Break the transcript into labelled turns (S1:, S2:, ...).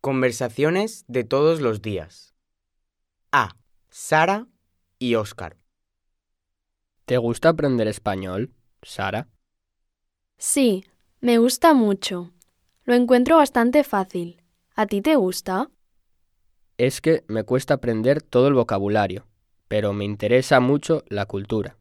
S1: Conversaciones de todos los días. A. Sara y Óscar.
S2: ¿Te gusta aprender español, Sara?
S3: Sí, me gusta mucho. Lo encuentro bastante fácil. ¿A ti te gusta?
S2: Es que me cuesta aprender todo el vocabulario, pero me interesa mucho la cultura.